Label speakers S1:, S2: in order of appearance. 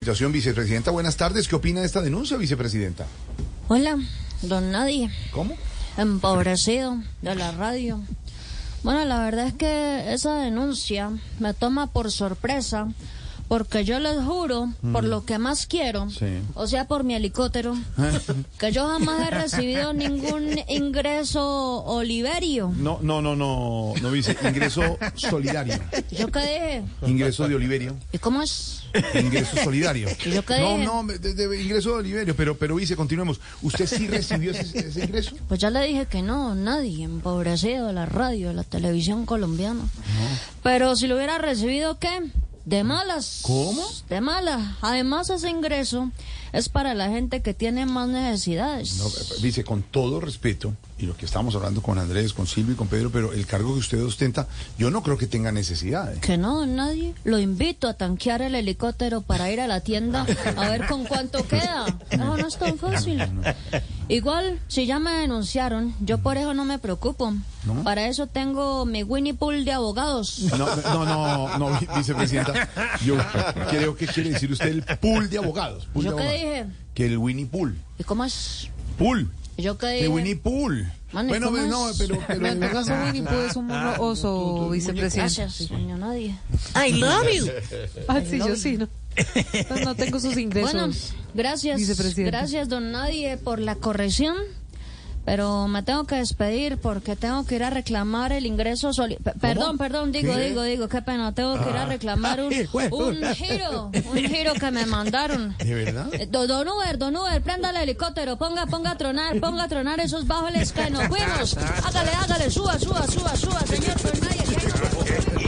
S1: situación. Vicepresidenta, buenas tardes. ¿Qué opina de esta denuncia, vicepresidenta?
S2: Hola, don Nadie.
S1: ¿Cómo?
S2: Empobrecido de la radio. Bueno, la verdad es que esa denuncia me toma por sorpresa. Porque yo les juro, por lo que más quiero,
S1: Sí.
S2: o sea, por mi helicóptero, que yo jamás he recibido ningún ingreso oliverio.
S1: No, no, no, no, no vice. Ingreso solidario.
S2: ¿Yo qué dije?
S1: Ingreso de Oliverio.
S2: ¿Y cómo es?
S1: Ingreso solidario.
S2: ¿Y yo qué
S1: No,
S2: dije?
S1: no, de- de- ingreso de Oliverio. Pero, pero vice, continuemos. ¿Usted sí recibió ese, ese ingreso?
S2: Pues ya le dije que no, nadie, empobrecido de la radio, de la televisión colombiana. Pero si lo hubiera recibido, ¿qué? De malas.
S1: ¿Cómo?
S2: De malas. Además, ese ingreso es para la gente que tiene más necesidades.
S1: No, eh, vice, con todo respeto, y lo que estamos hablando con Andrés, con Silvio y con Pedro, pero el cargo que usted ostenta, yo no creo que tenga ¿eh? necesidades.
S2: Que no, nadie. Lo invito a tanquear el helicóptero para ir a la tienda a ver con cuánto queda. Eso no es tan fácil. Igual, si ya me denunciaron, yo por eso no me preocupo.
S1: ¿No?
S2: Para eso tengo mi Winnie Pool de abogados.
S1: No, no, no, no, vi- vicepresidenta. Yo creo que quiere decir usted el pool de abogados. Pool
S2: ¿Yo
S1: de
S2: qué
S1: abogados.
S2: dije?
S1: Que el Winnie Pool.
S2: ¿Y cómo es?
S1: Pool.
S2: ¿Y ¿Yo qué
S1: De
S2: dije?
S1: Winnie Pool.
S2: Mano, ¿y
S1: bueno,
S2: cómo
S1: no,
S2: es?
S1: pero, pero
S3: En todo caso, Winnie Pooh es pues, un mono oso, vicepresidente.
S2: Gracias, doña Nadie.
S4: I love you.
S3: Ah, sí, yo sí, ¿no? No, no tengo sus ingresos.
S2: Bueno, gracias,
S3: Vicepresidente.
S2: gracias don Nadie por la corrección, pero me tengo que despedir porque tengo que ir a reclamar el ingreso soli- pe- Perdón, perdón, digo,
S1: ¿Qué?
S2: digo, digo, qué pena, tengo que ir a reclamar un,
S1: Ah, eh, bueno.
S2: un giro, un giro que me mandaron.
S1: ¿De verdad?
S2: Eh, do- Don Uber, don Uber, prenda el helicóptero, ponga, ponga a tronar, ponga a tronar esos bajoles que nos fuimos. Hágale, hágale, suba, suba, suba, suba, señor, don nadie. que ahí nos vemos.